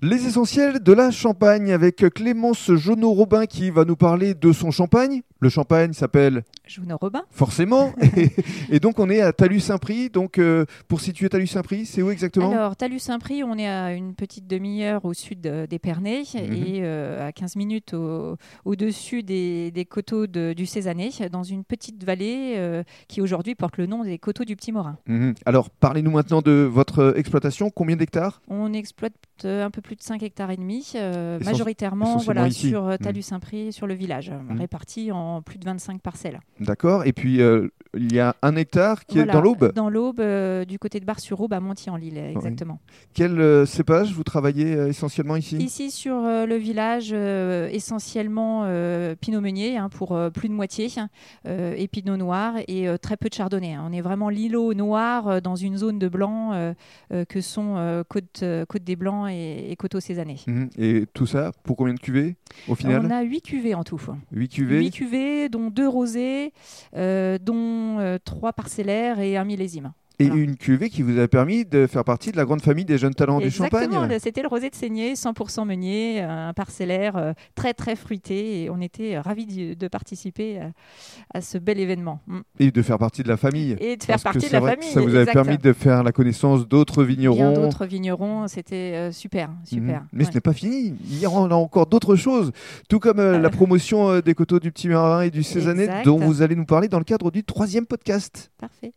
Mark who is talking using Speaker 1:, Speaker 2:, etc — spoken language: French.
Speaker 1: Les essentiels de la Champagne avec Clémence Jonot-Robin qui va nous parler de son champagne. Le champagne s'appelle
Speaker 2: Jouna Robin.
Speaker 1: forcément. et, et donc on est à Talus-Saint-Prix. Donc euh, pour situer Talus-Saint-Prix, c'est où exactement
Speaker 2: Alors, Talus-Saint-Prix, on est à une petite demi-heure au sud euh, d'Épernay
Speaker 1: Mhm.
Speaker 2: et euh, à 15 minutes au- au-dessus des, des coteaux de- du Cézanay, dans une petite vallée euh, qui aujourd'hui porte le nom des coteaux du Petit Morin.
Speaker 1: Mhm. Alors parlez-nous maintenant de votre euh, exploitation. Combien d'hectares
Speaker 2: On exploite euh, un peu plus de 5 hectares et demi, euh,
Speaker 1: Essent-
Speaker 2: majoritairement
Speaker 1: essentiellement
Speaker 2: voilà,
Speaker 1: ici.
Speaker 2: sur euh,
Speaker 1: Mhm.
Speaker 2: Talus-Saint-Prix, et sur le village, euh,
Speaker 1: Mhm.
Speaker 2: répartis en plus de 25 parcelles.
Speaker 1: D'accord. Et puis euh, il y a un hectare qui est
Speaker 2: Voilà,
Speaker 1: dans l'Aube.
Speaker 2: Dans l'Aube, euh, du côté de Bar-sur-Aube à Montier-en-Lille, exactement.
Speaker 1: Quel euh, cépage vous travaillez euh, essentiellement ici
Speaker 2: Ici sur euh, le village, euh, essentiellement euh, Pinot Meunier hein, pour euh, plus de moitié hein, euh, et Pinot Noir et euh, très peu de Chardonnay. hein. On est vraiment l'îlot noir euh, dans une zone de blanc euh, euh, que sont euh, Côte, euh, Côte des Blancs et, et Coteau Cézanais.
Speaker 1: Mhm. Et tout ça pour combien de cuvées au
Speaker 2: On
Speaker 1: final
Speaker 2: a 8 cuvées en tout.
Speaker 1: 8 cuvées.
Speaker 2: 8 cuvées, dont 2 rosés, euh, dont 3 parcellaires et un millésime.
Speaker 1: Et
Speaker 2: Voilà.
Speaker 1: une cuvée qui vous a permis de faire partie de la grande famille des jeunes talents du
Speaker 2: Exactement,
Speaker 1: champagne.
Speaker 2: le- c'était le rosé de Seignée, 100% meunier, un parcellaire euh, très très fruité et on était euh, ravis d'y- de participer à, à ce bel événement Mm.
Speaker 1: Et de faire partie de la famille.
Speaker 2: et de faire
Speaker 1: Parce que
Speaker 2: partie de
Speaker 1: c'est
Speaker 2: la
Speaker 1: vrai que
Speaker 2: famille.
Speaker 1: Ça vous a
Speaker 2: exact.
Speaker 1: permis de faire la connaissance d'autres
Speaker 2: Bien
Speaker 1: vignerons.
Speaker 2: d'autres vignerons, c'était euh, super, super.
Speaker 1: Mhm. Mais
Speaker 2: ouais.
Speaker 1: ce n'est pas fini. Hier, on a encore d'autres choses. Tout comme euh, la promotion euh, des coteaux du Petit Marin et du Cézanne,
Speaker 2: Exact.
Speaker 1: dont vous allez nous parler dans le cadre du troisième podcast.
Speaker 2: Parfait.